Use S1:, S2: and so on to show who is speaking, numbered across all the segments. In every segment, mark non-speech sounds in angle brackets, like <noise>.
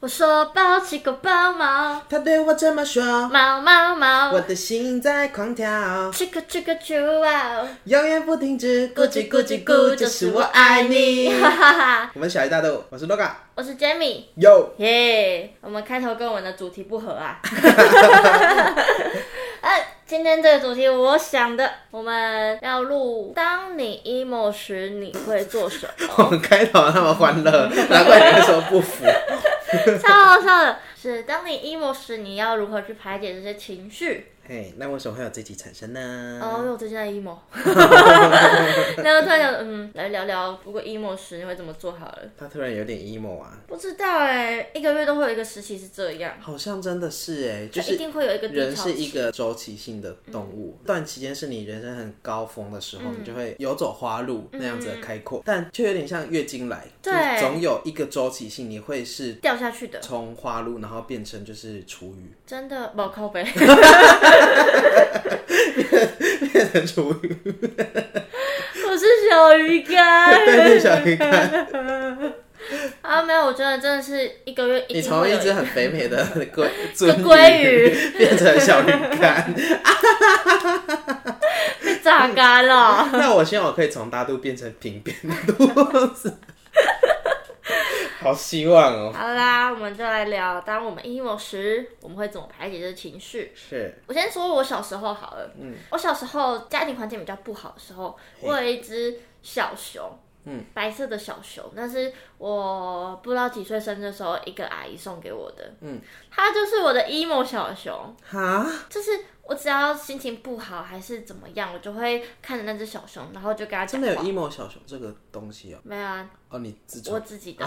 S1: 我说抱起个抱猫，
S2: 他对我这么说，
S1: 猫猫
S2: 我
S1: 猫，
S2: 的心在狂跳，
S1: 这个这个啾啊，
S2: 永远不停止，咕叽咕叽咕，就是我爱你。
S1: <laughs> <laughs> 哈哈哈，
S2: 我们小一大豆，我是 LOGA，
S1: 我是 Jamie，
S2: 有
S1: 耶我们开头跟我们的主题不合啊。 <laughs> 呃，今天这个主题我想的，我们要录，当你 emo 时你会做什
S2: <laughs>
S1: 么？
S2: 我们开头那么欢
S1: <laughs>
S2: 乐，难怪你会说不服。
S1: 超好笑的，是当你 emo 时你要如何去排解这些情绪？
S2: 嘿，那为什么会有这集产生
S1: 哦，因
S2: 呢？
S1: 为我最近在 emo，然后突然想，嗯，来聊聊，如果 emo 时你会怎么做好了？
S2: 他突然有点 emo 啊，
S1: 不知道哎、一个月都会有一个时期是这样，
S2: 好像真的是哎，就
S1: 一
S2: 是
S1: 定会有一个低
S2: 人
S1: 潮
S2: 是一
S1: 期。
S2: 个周期性的动物，
S1: 嗯
S2: 段期间是你人生很高峰的时候，你就会游走花路那样子的开阔，但却有点像月经来，
S1: 嗯对
S2: 就是总有一个周期性，你会是
S1: 掉下去的，
S2: 从花路然后变成就是厨
S1: <laughs>
S2: 余，
S1: 真的不靠背， <laughs>
S2: 变成厨余，
S1: 我是小鱼干
S2: <laughs> 对，小鱼干，
S1: 啊！没有，我觉得真的是一个月一
S2: 你
S1: 定
S2: 从
S1: 会
S2: 一
S1: 有
S2: 只很肥美的
S1: <laughs>
S2: 鲑
S1: 个
S2: 鳟
S1: 鲑鱼
S2: 鱼 <laughs> 变成小鱼干， <laughs>
S1: 被 <laughs> 榨干了。
S2: 那我希望我可以从大肚变成平扁的肚子， <laughs> 好希望哦，
S1: 好啦，我们就来聊，当我们 emo 时，我们会怎么排解这个情绪？
S2: 是
S1: 我先说我小时候好了，嗯，我小时候家庭环境比较不好的时候，我有一只小熊，嗯，白色的小熊，那是我不知道几岁生日的时候一个阿姨送给我的，嗯，它就是我的 emo 小熊，
S2: 哈。
S1: 就是我只要心情不好还是怎么样，我就会看着那只小熊，然后就跟它
S2: 真
S1: 讲
S2: 的有
S1: 话。
S2: emo 小熊这个东西哦、
S1: 没有啊，
S2: 哦，你自创
S1: 我自己的，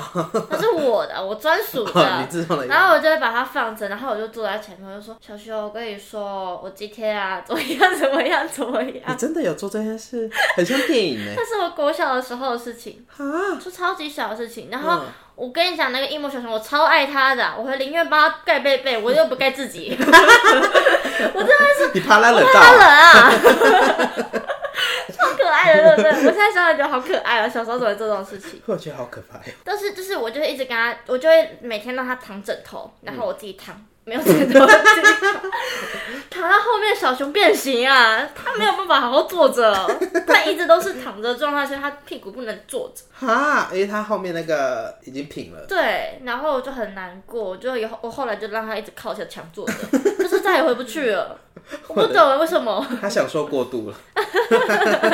S1: 那是我的，我专属
S2: <laughs> 哦
S1: 的。
S2: 你自创了一个
S1: 然后我就会把它放着，然后我就坐在前面，我就说：“小熊，我跟你说，我今天啊，怎么样，怎么样，怎么样。
S2: <laughs> 你真的有做这件事，很像电影
S1: <laughs>
S2: 呢”。
S1: 那是我国小的时候的事情，
S2: 哈，
S1: 就超级小的事情。然后
S2: 嗯
S1: 我跟你讲，那个一模小熊，我超爱它的，我会宁愿帮它盖被被，我又不盖自己，
S2: 你怕他冷
S1: 它冷
S2: 到？
S1: 啊，超可爱的，对不对？我现在想想觉得好可爱啊，小时候怎么会做这种事情？
S2: 我觉得好可怕哦哟。
S1: 但是就是我就会一直跟他，我就会每天让他躺枕头，然后我自己躺，没有枕头，我 <laughs> 自己躺躺到后面小熊变形啊，他没有办法好好坐着，哦他一直都是躺着的状态，所以他屁股不能坐着。
S2: 哈，因为他后面那个已经平了，
S1: 对，然后我就很难过，我就以后我后来就让他一直靠着墙坐着，就是再也回不去了。我不懂为什么，
S2: 他享受过度了。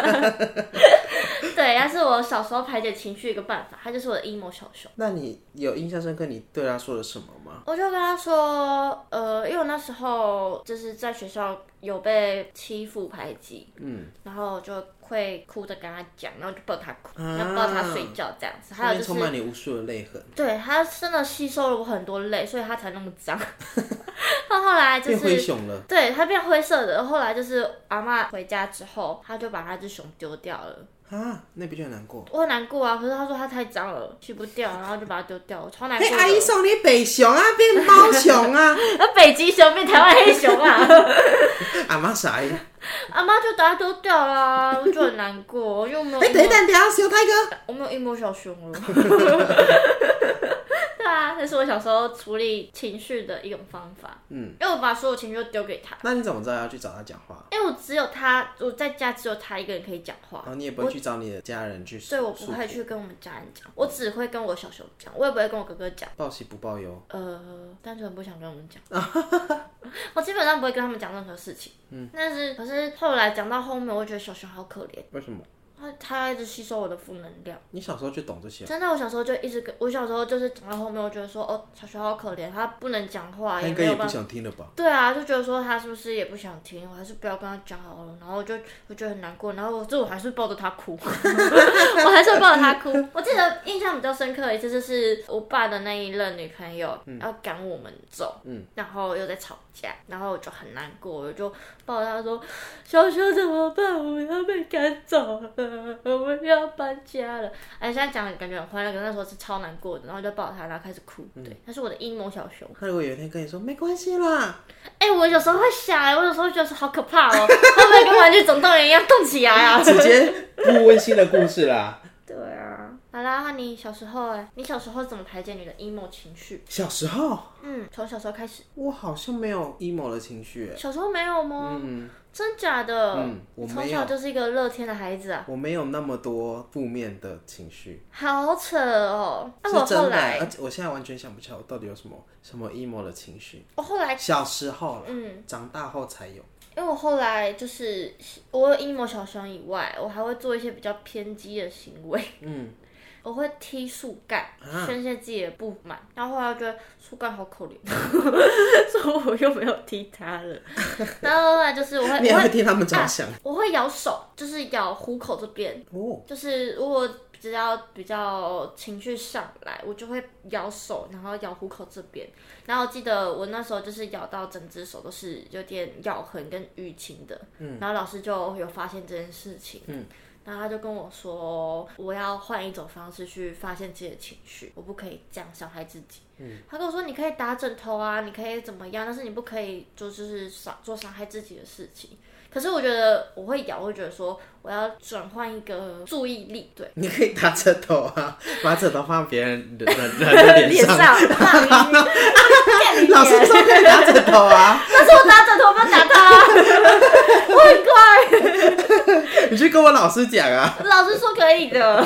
S1: 对，但是我小时候排解情绪一个办法，他就是我的 emo 小熊。
S2: 那你有印象深刻你对他说了什么吗？
S1: 我就跟他说，呃，因为我那时候就是在学校有被欺负排挤，
S2: 嗯，
S1: 然后我就会哭着跟他讲，然后就抱他哭，
S2: 啊
S1: 然后抱他睡觉这样子。还
S2: 上
S1: 有
S2: 面
S1: 就
S2: 充
S1: 是，
S2: 满你无数的泪痕，
S1: 对他真的吸收了我很多泪，所以他才那么
S2: <laughs>
S1: 脏。到后来就
S2: 变灰
S1: 是。
S2: 熊了。
S1: 对他变灰色的，后来就是阿嬷回家之后，他就把那只熊丢掉了。
S2: 啊，那不就很难过？
S1: 我很难过啊，可是他说他太脏了，去不掉，然后就把它丢掉，我超难
S2: <laughs> 嘿，
S1: 过的。
S2: 哎阿姨送你北熊啊，变猫熊
S1: <laughs>
S2: 啊！
S1: 那北极熊变台湾黑熊啊！
S2: 阿妈傻眼。
S1: 阿妈就把它丢掉
S2: <laughs>
S1: 啦，我就很难过，因为我没有
S2: 哎、
S1: 一模
S2: 等一等，等一下，小泰哥，
S1: 我没有一摸小
S2: <laughs>
S1: 熊了。对啊，这是我小时候处理情绪的一种方法。
S2: 嗯，
S1: 因为我把所有情绪都丢给他，
S2: 那你怎么知道要去找他讲话？
S1: 因为我只有他，我在家只有他一个人可以讲话
S2: 然，啊哦后你也不会去找你的家人去诉
S1: 所以我
S2: 诉
S1: 不
S2: 苦
S1: 会去跟我们家人讲，我只会跟我小熊讲，我也不会跟我哥哥讲。
S2: 报喜不报忧，
S1: 呃，单纯不想跟我们讲，
S2: <laughs>
S1: 我基本上不会跟他们讲任何事情。嗯，但是可是后来讲到后面，我觉得小熊好可怜，
S2: 为什么？
S1: 他他一直吸收我的负能量。
S2: 你小时候就懂这些，
S1: 真的，我小时候就一直跟我小时候就是讲到后面，我觉得说哦，小熊好可怜，他不能讲话，
S2: 他
S1: 也
S2: 应
S1: 没
S2: 该
S1: 啊有
S2: 也
S1: 办
S2: 不
S1: 法。
S2: 想听了吧？
S1: 对啊，就觉得说他是不是也不想听，我还是不要跟他讲好了。然后我就我觉得很难过，然后我这我还是抱着他 <laughs> 哭，我还是抱着他 <laughs> 哭。我记得印象比较深刻的一次就是我爸的那一任女朋友要赶我们走，
S2: 嗯
S1: 嗯然后又在吵架，然后我就很难过，我就抱着他说：“小熊怎么办？我们要被赶走了，我们要搬家了。”哎，现在讲感觉很欢乐，可是那时候是超难过的，然后就抱着他，然后开始哭。对，他是我的阴谋小熊。
S2: 他如果有一天跟你说没关系啦， <laughs>
S1: 哎、我有时候会想、哎，我有时候觉得说好可怕哦， <laughs> 会
S2: <laughs>
S1: 不会跟玩具总动员一样动起来啊？
S2: 直接不温馨的故事啦。
S1: 对啊，好啦，那你小时候哎、你小时候怎么排解你的 emo 情绪？
S2: 小时候
S1: 嗯，从小时候开始，
S2: 我好像没有 emo 的情绪，
S1: 小时候没有吗？
S2: 嗯，
S1: 真假的？
S2: 嗯
S1: 你
S2: 我
S1: 从
S2: 没
S1: 小就是一个乐天的孩子啊，
S2: 我没有那么多负面的情绪，
S1: 好扯哦。那、
S2: 是
S1: 我后
S2: 真的。啊而
S1: 来，
S2: 且我现在完全想不起来我到底有什么什么 emo 的情绪。
S1: 我后来，
S2: 小时候了，
S1: 嗯，
S2: 长大后才有。
S1: 因为我后来就是我有 emo 小熊以外，我还会做一些比较偏激的行为。
S2: 嗯，
S1: 我会踢树干，
S2: 啊
S1: 宣泄自己的不满，然后后来我觉得树干好可怜， <laughs> 所以我又没有踢它
S2: <laughs>
S1: 了。然后后来就是我会，啊
S2: 你也
S1: 我
S2: 会
S1: 会，
S2: 听他们这样想、
S1: 我会咬手，就是咬虎口这边，
S2: 哦，
S1: 就是如果只要比较情绪上来，我就会咬手，然后咬虎口这边。然后我记得我那时候就是咬到整只手都是有点咬痕跟淤青的，嗯，然后老师就有发现这件事情，嗯。然后他就跟我说，我要换一种方式去发现自己的情绪，我不可以这样伤害自己。嗯，他跟我说，你可以打枕头啊，你可以怎么样，但是你不可以做就是伤做伤害自己的事情。可是我觉得我会咬，我会觉得说我要转换一个注意力，对，
S2: 你可以打枕头
S1: <laughs>
S2: 啊， <laughs> 把枕头放别人的人人的脸上。 <laughs>
S1: 上，放你干你
S2: <laughs> 老师
S1: 脸
S2: <laughs> 说可以打枕头啊，
S1: 但是我打枕头，不要打
S2: <laughs>
S1: 他，我很乖，
S2: 你去跟我老师讲啊。
S1: 老师说可以的，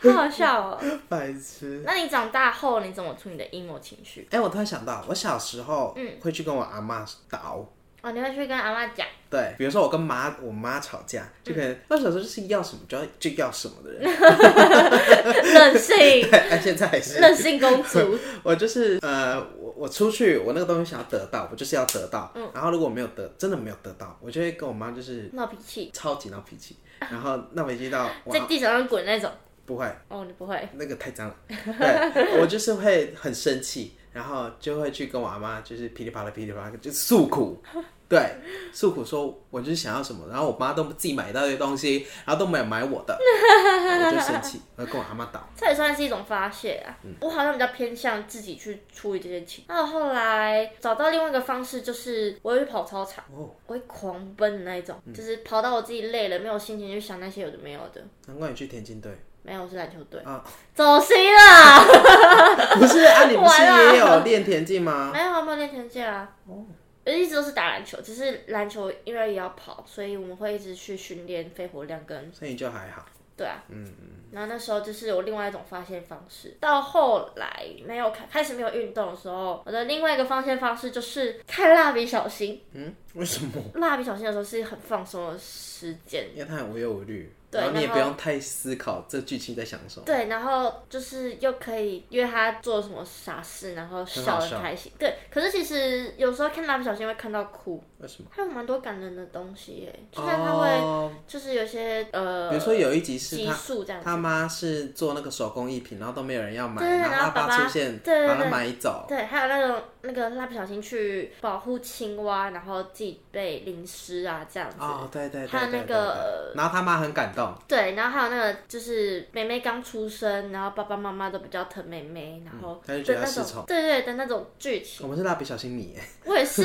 S1: 好好笑哦。
S2: 白痴。
S1: 那你长大后你怎么处理你的 emo 情绪？
S2: 哎、我突然想到，我小时候
S1: 嗯
S2: 会去跟我阿妈捣。
S1: 哦，你会去跟阿妈
S2: <laughs>
S1: 讲，
S2: 对，比如说我跟妈我妈吵架，就可能
S1: 嗯
S2: 那小时候就是要什么就要就要什么的人，
S1: <laughs> 任性，
S2: 哎，现在还是
S1: 任性公主，
S2: 我就是呃，我我出去，我那个东西想要得到，我就是要得到。
S1: 嗯
S2: 然后如果没有得，真的没有得到，我就会跟我妈就是
S1: 闹脾气，
S2: 超级闹脾气，然后闹脾气到
S1: 在
S2: 哇，
S1: 地上滚那种。
S2: 不会，
S1: 哦，你不会，
S2: 那个太脏了。对，我就是会很生气，然后就会去跟我阿妈就是噼里啪啦噼里啪啦，就诉苦。对，诉苦说我就是想要什么，然后我妈都自己买一大堆东西，然后都没有买我的，我就生气，然后跟我阿妈打。
S1: 这也算是一种发泄啊。
S2: 嗯
S1: 我好像比较偏向自己去处理这些情。那我后来找到另外一个方式，就是我会去跑操场。
S2: 哦，嗯
S1: 我会狂奔的那一种，就是跑到我自己累了，没有心情去想那些有的没有的。
S2: 难怪你去田径队
S1: 没有，我是篮球队，
S2: 啊？
S1: <laughs> 走心了。
S2: 不是啊，你不是
S1: 完了
S2: 也有练田径吗？
S1: <laughs> 没有，我没有练田径啊。
S2: 哦
S1: 我一直都是打篮球，只是篮球因为也要跑，所以我们会一直去训练肺活量跟
S2: 所以就还好。
S1: 对啊，嗯然后那时候就是有另外一种发泄方式。到后来没有开开始没有运动的时候，我的另外一个发泄方式就是看蜡笔小新。
S2: 嗯，为什么？
S1: 蜡笔小新的时候是很放松的时间，
S2: 因为他很无忧无虑，
S1: 对
S2: 然后你也
S1: 然
S2: 不
S1: 后
S2: 用太思考这剧情在想什么。
S1: 对，然后就是又可以约他做什么傻事，然后笑
S2: 很好
S1: 得
S2: 笑
S1: 开心。对，可是其实有时候看蜡笔小新会看到哭，
S2: 为什么？
S1: 还有蛮多感人的东西耶，就是他会、
S2: 哦，
S1: 就是有些呃，
S2: 比如说有一集是
S1: 激
S2: 他
S1: 素这样子
S2: 他。妈是做那个手工艺品，然后都没有人要买，
S1: 对对然
S2: 后
S1: 后
S2: 爸
S1: 爸爸
S2: 出现
S1: 对对
S2: 把它
S1: 对
S2: 买走，
S1: 对，还有那种那个蜡笔小新去保护青蛙，然后自己被淋湿啊这样子。
S2: 哦，对对对，
S1: 还有
S2: 对
S1: 那
S2: 对
S1: 个
S2: 对然后他妈很感动，
S1: 对，然后还有那个就是妹妹刚出生，然后爸爸妈妈都比较疼妹妹，然后
S2: 他就
S1: 的
S2: 嗯觉得她
S1: 那
S2: 失
S1: 种对对的那种剧情。
S2: 我们是蜡笔小新迷耶，
S1: 我也是，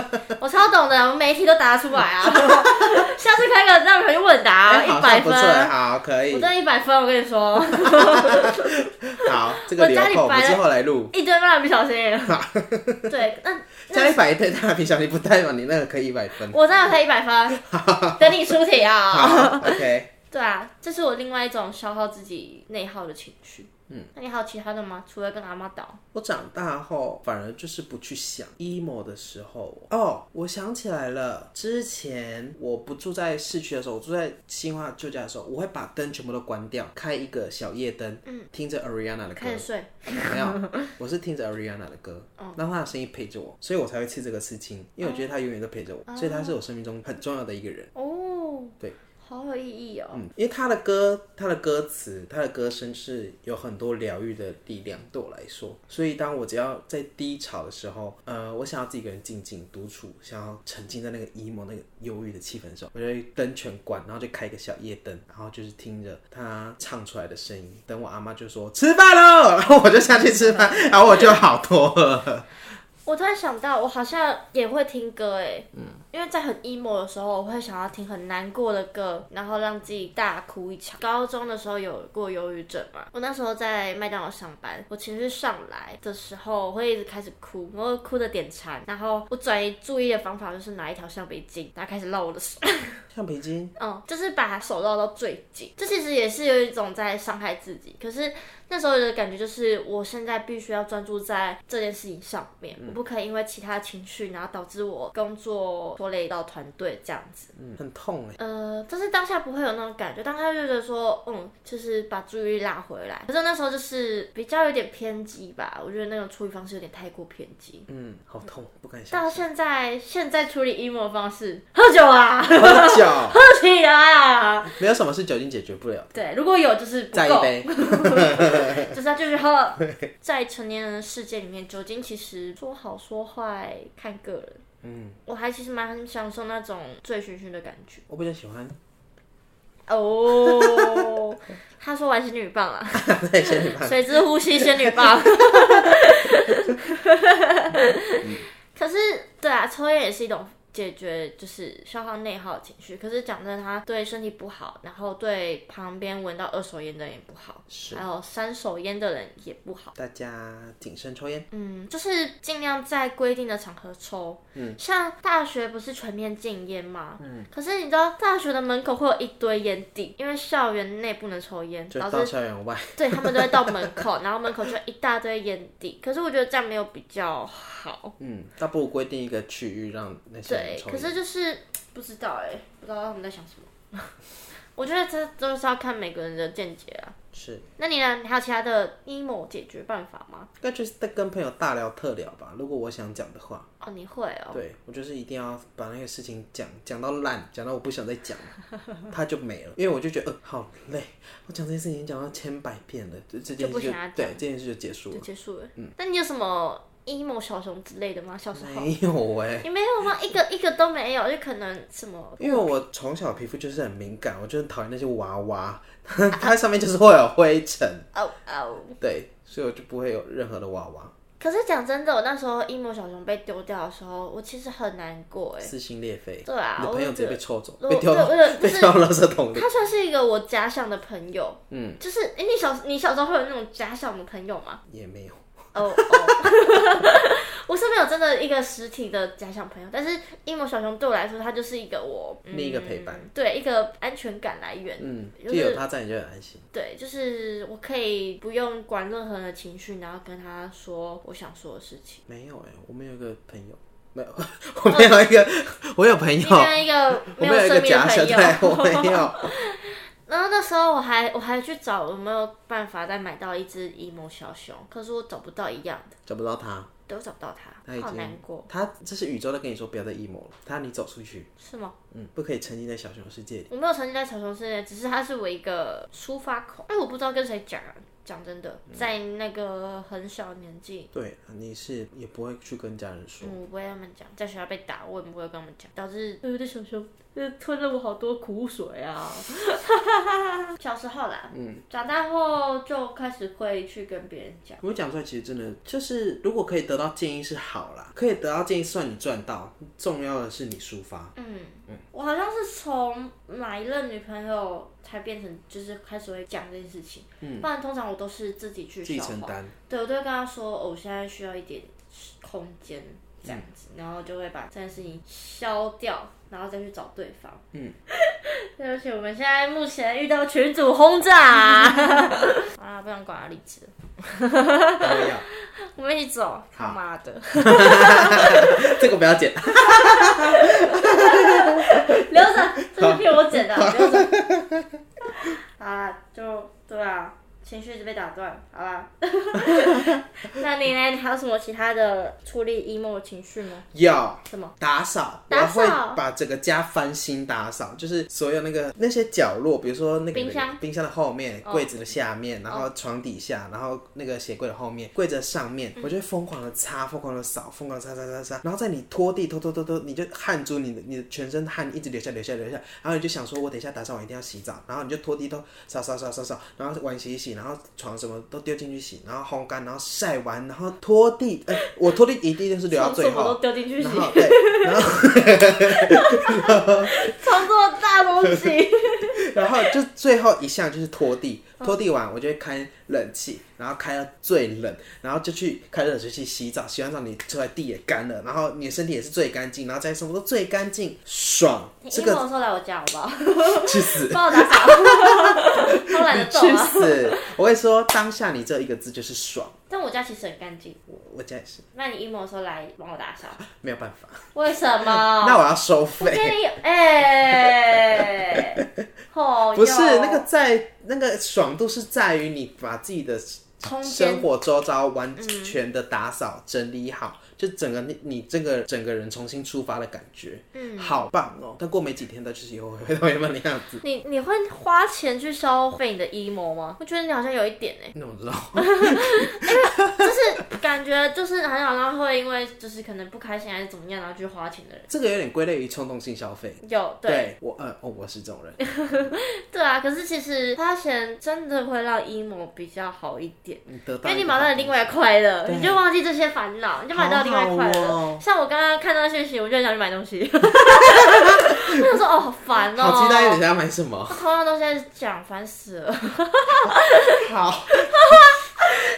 S1: <laughs> 我超懂的，我每一题都答得出来啊！ <laughs> 下次开个让人问答，啊
S2: 哎
S1: 一
S2: 好
S1: 百
S2: 像不错，
S1: 分，
S2: 好可
S1: 我
S2: 以，
S1: 真一百分，我跟你说，
S2: <laughs>
S1: <laughs>
S2: 好这个
S1: 我
S2: 留
S1: 家里
S2: 扣，我们
S1: 摆
S2: 之
S1: 了
S2: 后
S1: <laughs>
S2: 来录。
S1: 一堆蜡笔
S2: <laughs>
S1: 小新。对，那
S2: 家里摆一堆蜡笔小新，不代表你那个可以一
S1: <laughs>
S2: 百分。
S1: 我真的可以一百分，
S2: <laughs>
S1: 等你出题啊！
S2: 好，OK，
S1: 对啊，这是我另外一种消耗自己内耗的情绪。嗯，那你还有其他的吗？除了跟阿妈倒，
S2: 我长大后反而就是不去想 emo 的时候哦，我想起来了，之前我不住在市区的时候，我住在新化旧家的时候，我会把灯全部都关掉，开一个小夜灯，嗯，听着 Ariana 的歌
S1: 开，始睡，
S2: 没有，我是听着 Ariana 的歌，让她的声音陪着我，所以我才会吃这个刺青，因为我觉得她永远都陪着我，所以她是我生命中很重要的一个人。
S1: 哦，
S2: 对，
S1: 好有意义哦。
S2: 嗯，因为他的歌，他的歌词，他的歌声是有很多疗愈的力量，对我来说。所以当我只要在低潮的时候，呃，我想要自己一个人静静独处，想要沉浸在那个 emo 那个忧郁的气氛的时候，我就会灯全关，然后就开一个小夜灯，然后就是听着他唱出来的声音。等我阿妈就说吃饭喽，然后我就下去吃饭，然 <laughs> 后我就好多了。
S1: 我突然想到，我好像也会听歌诶，嗯，因为在很 emo 的时候，我会想要听很难过的歌，然后让自己大哭一场。高中的时候有过忧郁症嘛，我那时候在麦当劳上班，我情绪上来的时候，我会一直开始哭，然后哭的点馋，然后我转移注意的方法就是拿一条橡皮筋，然后开始绕我的手，
S2: 橡皮筋，
S1: 嗯，就是把手绕到最紧。这其实也是有一种在伤害自己，可是那时候的感觉就是，我现在必须要专注在这件事情上面，
S2: 嗯
S1: 我不可以因为其他情绪，然后导致我工作拖累到团队这样子。
S2: 嗯，很痛哎、
S1: 呃，但是当下不会有那种感觉，当下就觉得说，嗯，就是把注意力拉回来。可是那时候就是比较有点偏激吧，我觉得那种处理方式有点太过偏激。
S2: 嗯，好痛，不敢想。
S1: 到
S2: <laughs>
S1: 现在，现在处理 emo 的方式，喝酒啊， <laughs> 喝
S2: 喝酒，
S1: 起来啊！
S2: 嗯没有什么是酒精解决不了的。
S1: 对，如果有就是不
S2: 再一
S1: 够，
S2: 杯，
S1: 就是要继续喝。在成年人的世界里面，酒精其实说好说坏看个人。
S2: 嗯，
S1: 我还其实蛮享受那种醉醺醺的感觉。
S2: 我比较喜欢。
S1: 哦， <laughs> 他说玩仙女棒啊，
S2: <laughs> 对，仙女棒，
S1: 水之呼吸仙女棒。可是，对啊，抽烟也是一种解决就是消耗内耗的情绪。可是讲真的，它对身体不好，然后对旁边闻到二手烟的人也不好，
S2: 是
S1: 还有三手烟的人也不好。
S2: 大家谨慎抽烟。
S1: 嗯，就是尽量在规定的场合抽。嗯，像大学不是全面禁烟吗？嗯，可是你知道大学的门口会有一堆烟蒂，因为校园内不能抽烟，
S2: 就
S1: 导致
S2: 到校园外，
S1: 对他们都会到门口，然后门口就一大堆烟蒂。可是我觉得这样没有比较好。
S2: 嗯，倒不如规定一个区域让那些人
S1: 对，
S2: 抽
S1: 可
S2: 烟。
S1: 是就是不知道哎、不知道他们在想什么。 <laughs> 我觉得这都是要看每个人的见解啊。
S2: 是，
S1: 那你呢？你还有其他的 emo 解决办法吗？
S2: 那就是在跟朋友大聊特聊吧。如果我想讲的话，
S1: 哦，你会哦。
S2: 对我就是一定要把那个事情讲讲到烂，讲到我不想再
S1: <laughs>
S2: 讲，它就没了。因为我就觉得，呃，好累，我讲这件事情讲到千百遍了，这这件
S1: 就不
S2: 事就
S1: 想要讲
S2: 对这件事就结束
S1: 就
S2: 了。嗯
S1: 结束了。那你有什么 emo 小熊之类的吗？小时候
S2: 没有哎、
S1: 你没有吗？一个一个都没有，就可能什么
S2: 因为我从小皮肤就是很敏感，我就很讨厌那些娃娃， <laughs> 它上面就是会有灰尘，
S1: 哦哦。
S2: 对，所以我就不会有任何的娃娃，
S1: 可是讲真的，我那时候 emo 小熊被丢掉的时候，我其实很难过哎。
S2: 撕心裂肺。
S1: 对啊
S2: 你的
S1: 我
S2: 朋友
S1: 就
S2: 直接
S1: 觉
S2: 被抽走，
S1: 如
S2: 被
S1: 果
S2: 丢
S1: 对
S2: 到
S1: 我
S2: <laughs>
S1: 有
S2: 被
S1: 就是
S2: 丢到垃圾桶里。
S1: 他算是一个我假想的朋友，
S2: 嗯，
S1: 就是哎、诶你小你小时候会有那种假想的朋友吗？
S2: 也没有，
S1: 哦哦，
S2: <laughs>
S1: 我是没有真的一个实体的假想朋友，但是 emo 小熊对我来说，它就是一个我、嗯、
S2: 另一个陪伴，
S1: 对一个安全感来源。
S2: 嗯，
S1: 就
S2: 就是有他在你就很安心。
S1: 对，就是我可以不用管任何人的情绪，然后跟他说我想说的事情。
S2: 没有哎、我们有一个朋友，没有， <laughs> 我没有一个，我有朋
S1: 你
S2: 友，
S1: 跟一个
S2: <laughs>
S1: <laughs>
S2: 我
S1: 没
S2: 有
S1: 生
S2: 一个
S1: 命的
S2: 假设，
S1: 朋
S2: 对
S1: 友，，
S2: 我
S1: <laughs>
S2: 没有。
S1: 然后那时候我还我还去找有没有办法再买到一只 emo 小熊，可是我找不到一样的，
S2: 找不到他，
S1: 都找不到
S2: 啊他
S1: 它，
S2: 已
S1: 好
S2: 经
S1: 难过，
S2: 他这是宇宙在跟你说不要再 emo 了，他让你走出去，
S1: 是吗？
S2: 嗯，不可以沉浸在小熊世界里。
S1: 我没有曾经在小熊世界，只是它是我一个抒发口，哎但我不知道跟谁讲啊。讲真的，
S2: 嗯
S1: 在那个很小的年纪，
S2: 对，你是也不会去跟家人说，
S1: 嗯，我不会跟他们讲，在学校被打，我也不会跟他们讲，导致呃我的小熊呃吞了我好多苦水啊。 <laughs> 小时候啦，嗯，长大后就开始会去跟别人讲，
S2: 我讲出来，其实真的就是，如果可以得到建议是好啦，可以得到建议算你赚到，重要的是你抒发。
S1: 嗯我好像是从哪一任女朋友才变成就是开始会讲这件事情，嗯，不然通常我都是自己去
S2: 自己
S1: 消
S2: 承
S1: 化，
S2: 担，
S1: 对我都会跟他说，哦我现在需要一点空间这样
S2: 嗯
S1: 子，然后就会把这件事情消掉，然后再去找对方。
S2: 嗯，
S1: <laughs> 对不起，我们现在目前遇到群主轰炸， <laughs> 啊，不想管他理智，
S2: 不要
S1: 我们一起走，他妈的，
S2: 这个不要剪，
S1: 留着，这是骗我剪的，留着。啊，就对啊。情绪一直被打断，好
S2: <laughs>
S1: 啦。那你呢？你还有什么其他的处理 emo 的情绪吗？
S2: 要
S1: 什么？
S2: 打扫，
S1: 打
S2: 我
S1: 扫
S2: 会把整个家翻新打扫，就是所有那个那些角落，比如说那个
S1: 冰箱哦
S2: 冰箱的后面、柜子的下面，然后床底下，然后那个鞋柜的后面、柜子的上面，
S1: 嗯
S2: 我就会疯狂的擦，疯狂的扫，疯狂地擦擦擦擦，然后在你拖地拖拖拖拖，你就汗珠，你的你的全身汗一直流下流下流下，然后你就想说，我等一下打扫完一定要洗澡，然后你就拖地拖扫扫扫扫扫，然后碗洗一洗，然然后床什么都丢进去洗，然后烘干，然后晒完，然后拖地。哎、我拖地一定就是留到
S1: 从
S2: 最
S1: 什么
S2: 后
S1: 都，丢进去洗
S2: 然，后对，然后
S1: 从这么大东西，
S2: <laughs> 然后就最后一项就是拖地，
S1: 嗯
S2: 拖地完我就会开冷气，然后开到最冷，然后就去开热水器洗澡，洗完澡你出来地也干了，然后你的身体也是最干净，然后再什么都最干净，爽！
S1: 你
S2: <laughs> 这
S1: 英文
S2: 个
S1: 的时候来我家好 <laughs> 不好？
S2: 去死！ <laughs>
S1: 帮我打扫，都懒得动
S2: 去
S1: 啊。
S2: 死！我会说当下你这一个字就是爽，
S1: 但我家其实很干净，
S2: 我我家也是
S1: 那你 emo 的时候来帮我打扫，
S2: 没有办法，
S1: 为什么？
S2: <laughs> 那我要收
S1: 我跟
S2: 费。
S1: 你哎，哦，
S2: <laughs> 不是
S1: 哟
S2: 那个在那个爽度是在于你把自己的
S1: 空间
S2: 生活周遭完全的打扫、整理好，
S1: 嗯
S2: 就整个你你这个整个人重新出发的感觉，嗯，好棒哦！但过没几天，它就是又回到原本的
S1: <laughs>
S2: 样子。
S1: 你你会花钱去消费你的 emo 吗？我觉得你好像有一点
S2: <laughs>
S1: 哎、
S2: 你怎么知道？
S1: 就是感觉就是很好像会因为就是可能不开心还是怎么样，然后去花钱的人。
S2: 这个有点归类于冲动性消费。
S1: 有对
S2: 我，呃，哦，我是这种人，
S1: 对啊，可是其实花钱真的会让 emo 比较好一点，
S2: 你得
S1: 因
S2: 到
S1: 为你
S2: 一个
S1: 忙到
S2: 好
S1: 你另外的快乐，
S2: 对
S1: 你就忘记这些烦恼，你就买到另外的快乐。
S2: 好好哦
S1: 像我刚刚看到讯息，我就很想去买东
S2: <laughs>
S1: 西，我想说哦，好烦哦，
S2: 好期待你想要买什么？
S1: 同样东西在讲，烦死了！ <laughs>
S2: 好，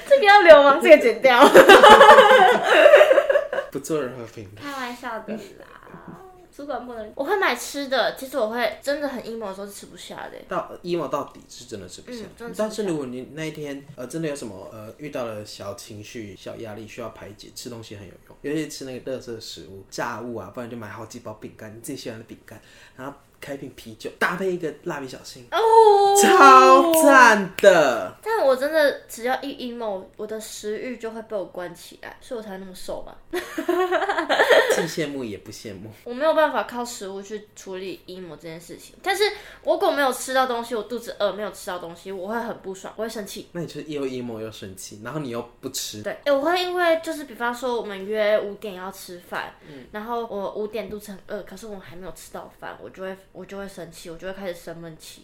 S1: 这个要留吗？这个剪掉。
S2: 不做任何评论。
S1: 开玩笑的啦，主管不能。我会买吃的，其实我会真的很 emo 的时候是吃不下的。
S2: 到 emo 到底是真的吃不下
S1: 嗯，真的吃不
S2: 但是如果你那一天呃真的有什么呃遇到了小情绪、小压力需要排解，吃东西很有用，尤其是吃那个垃圾食物、炸物啊，不然就买好几包饼干，你自己喜欢的饼干，然后开一瓶啤酒，搭配一个蜡笔小新，
S1: 哦，
S2: 超！赞的。
S1: 但我真的只要一 emo，我的食欲就会被我关起来，所以我才那么瘦吧。
S2: 既羡慕也不羡慕，
S1: 我没有办法靠食物去处理 emo 这件事情。但是我如果没有吃到东西，我肚子饿没有吃到东西，我会很不爽，我会生气。
S2: 那你就是又 emo 又生气，然后你又不吃，
S1: 对，欸我会因为就是比方说我们约五点要吃饭，
S2: 嗯
S1: 然后我五点肚子很饿，可是我还没有吃到饭，我就会我就会生气，我就会开始生闷
S2: <laughs>
S1: 气。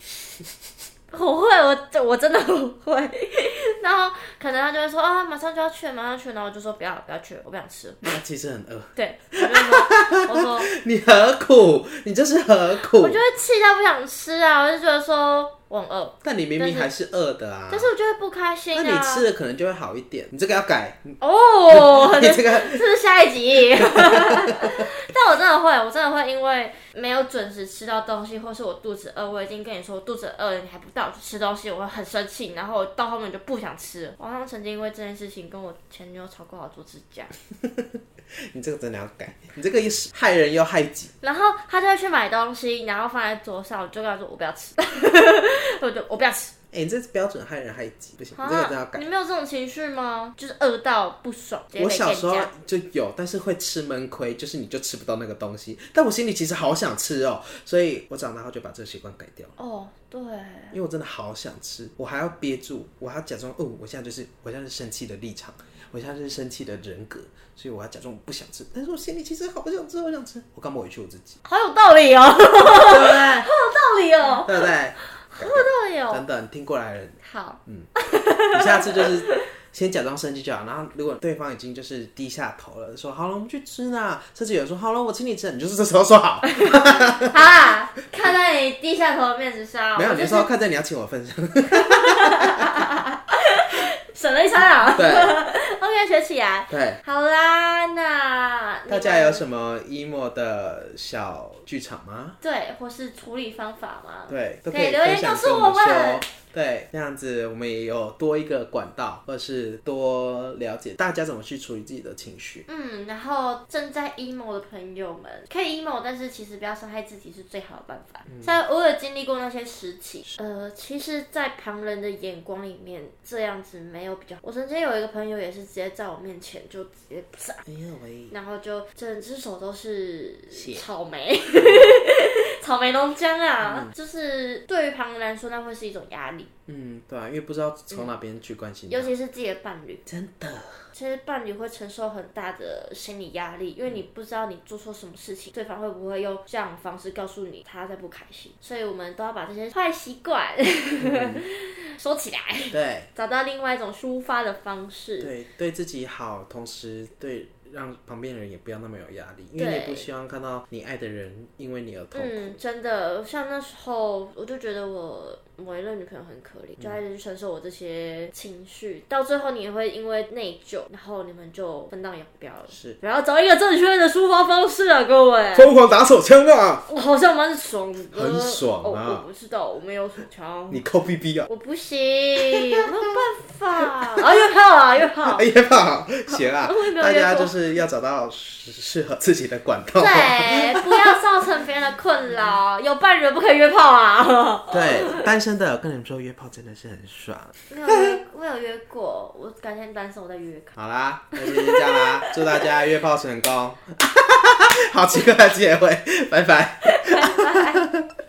S1: 我会，我我真的会， <laughs> 然后可能他就会说啊，马上就要去了，马上去了，然后我就说不要不要去了，我不想吃了。
S2: 那其实很饿， <laughs>
S1: 对，我就说，我说
S2: 你何苦？你就是何苦
S1: 我就？会气到不想吃啊，我就觉得说我很饿，
S2: 但你明明还是饿的啊
S1: 但。是我就会不开心
S2: 那
S1: 啊。
S2: 你吃了可能就会好一点，你这个要改，你
S1: 哦，
S2: <laughs> 这
S1: <laughs>
S2: 个
S1: 这是下一集。 <laughs> 但我真的会，我真的会，因为没有准时吃到东西，或是我肚子饿，我已经跟你说我肚子饿了，你还不带我去吃东西，我会很生气，然后我到后面就不想吃了。我好像曾经因为这件事情跟我前女友吵过好多次
S2: <laughs>
S1: 架，
S2: 你这个真的要改，你这个又是害人又害己，
S1: 然后她就会去买东西，然后放在桌上，我就跟她说我不要吃，我就我不要吃。
S2: 哎、你这是标准害人害己，不行，你这个真的要
S1: 啊，
S2: 改
S1: 你。没有这种情绪吗？就是饿到不爽，直接
S2: 我
S1: 被
S2: 小时候啊
S1: 电架
S2: 就有，但是会吃闷亏，就是你就吃不到那个东西，但我心里其实好想吃哦，所以我长大后就把这个习惯改掉了，
S1: 哦，对，
S2: 因为我真的好想吃，我还要憋住，我还要假装哦，我现在就是我现在是生气的立场，我现在是生气的人格，所以我要假装我不想吃，但是我心里其实好想吃，好想吃，我干嘛委屈我自己，
S1: 好有道理哦，
S2: 对不
S1: <laughs>
S2: 对？
S1: 道理哦，
S2: 对不对？
S1: 道理哦。
S2: 等等，听过来人。
S1: 好，
S2: <laughs> 你下次就是先假装生气就好，然后如果对方已经就是低下头了，说好了，我们去吃啦，甚至有人说好了，我请你吃，你就是这时候说 <laughs> 好，
S1: 好啦，看在你低下头的面子上，
S2: 没有，
S1: 我
S2: 你
S1: 就
S2: 就是说看在你要请我份上，
S1: 省了一餐啊。<laughs>
S2: <laughs> 对
S1: OK，学起来。
S2: 对。
S1: 好啦，那你们
S2: 大家有什么 emo 的小剧场吗？
S1: 对或是处理方法吗？
S2: 对，都
S1: 可
S2: 可
S1: 以
S2: 以
S1: 留言
S2: 分享
S1: 告诉
S2: 跟
S1: 我
S2: 我们
S1: 们
S2: 说。对，那样子我们也有多一个管道，或是多了解大家怎么去处理自己的情绪。
S1: 嗯，然后正在 emo 的朋友们，可以 emo，但是其实不要伤害自己是最好的办法。
S2: 嗯
S1: 虽然偶尔经历过那些时期，呃，其实，在旁人的眼光里面，这样子没有比较好。我曾经有一个朋友也是直接在我面前就直接炸
S2: 哎呀喂，
S1: 然后就整只手都是
S2: 血
S1: 草莓， <laughs> 草莓浓浆啊，
S2: 嗯
S1: 就是对于旁人来说，那会是一种压力，
S2: 嗯，对啊，因为不知道从哪边去关心他，
S1: 尤其是自己的伴侣。
S2: 真的
S1: 其实伴侣会承受很大的心理压力，因为你不知道你做错什么事情，对方会不会用这样的方式告诉你他在不开心，所以我们都要把这些坏习惯 <laughs>
S2: 嗯
S1: 收起来，
S2: 对
S1: 找到另外一种抒发的方式。
S2: 对对自己好，同时对让旁边人也不要那么有压力，因为你也不
S1: 对
S2: 希望看到你爱的人因为你而痛苦。
S1: 嗯，真的，像那时候我就觉得我某一任女朋友很可怜，就她一直承受我这些情绪，到最后你也会因为内疚，然后你们就分道扬镳了。
S2: 是，
S1: 然后找一个正确的抒发方式啊，各位。
S2: 疯狂打手枪啊！
S1: 我好像蛮爽的，
S2: 很爽啊
S1: 哦！我不知道，我没有手枪，
S2: 你抠逼逼啊！
S1: 我不行，没有办法。啊，约炮啊，约炮
S2: 哎。呀吧，行啦
S1: 我也， <laughs> 没有
S2: 大家
S1: 约过
S2: 就是要找到适适合自己的管道。
S1: 对，不要造成别人的困扰。有伴侣的不可以约炮啊！
S2: 对，单身的跟你们说约炮真的是很爽。
S1: 没有约，我有约过，我改天单身我再约看。
S2: 好啦，那就先这样啦，祝大家约 <laughs> 炮成功。好奇怪的结尾，拜拜。
S1: 拜拜。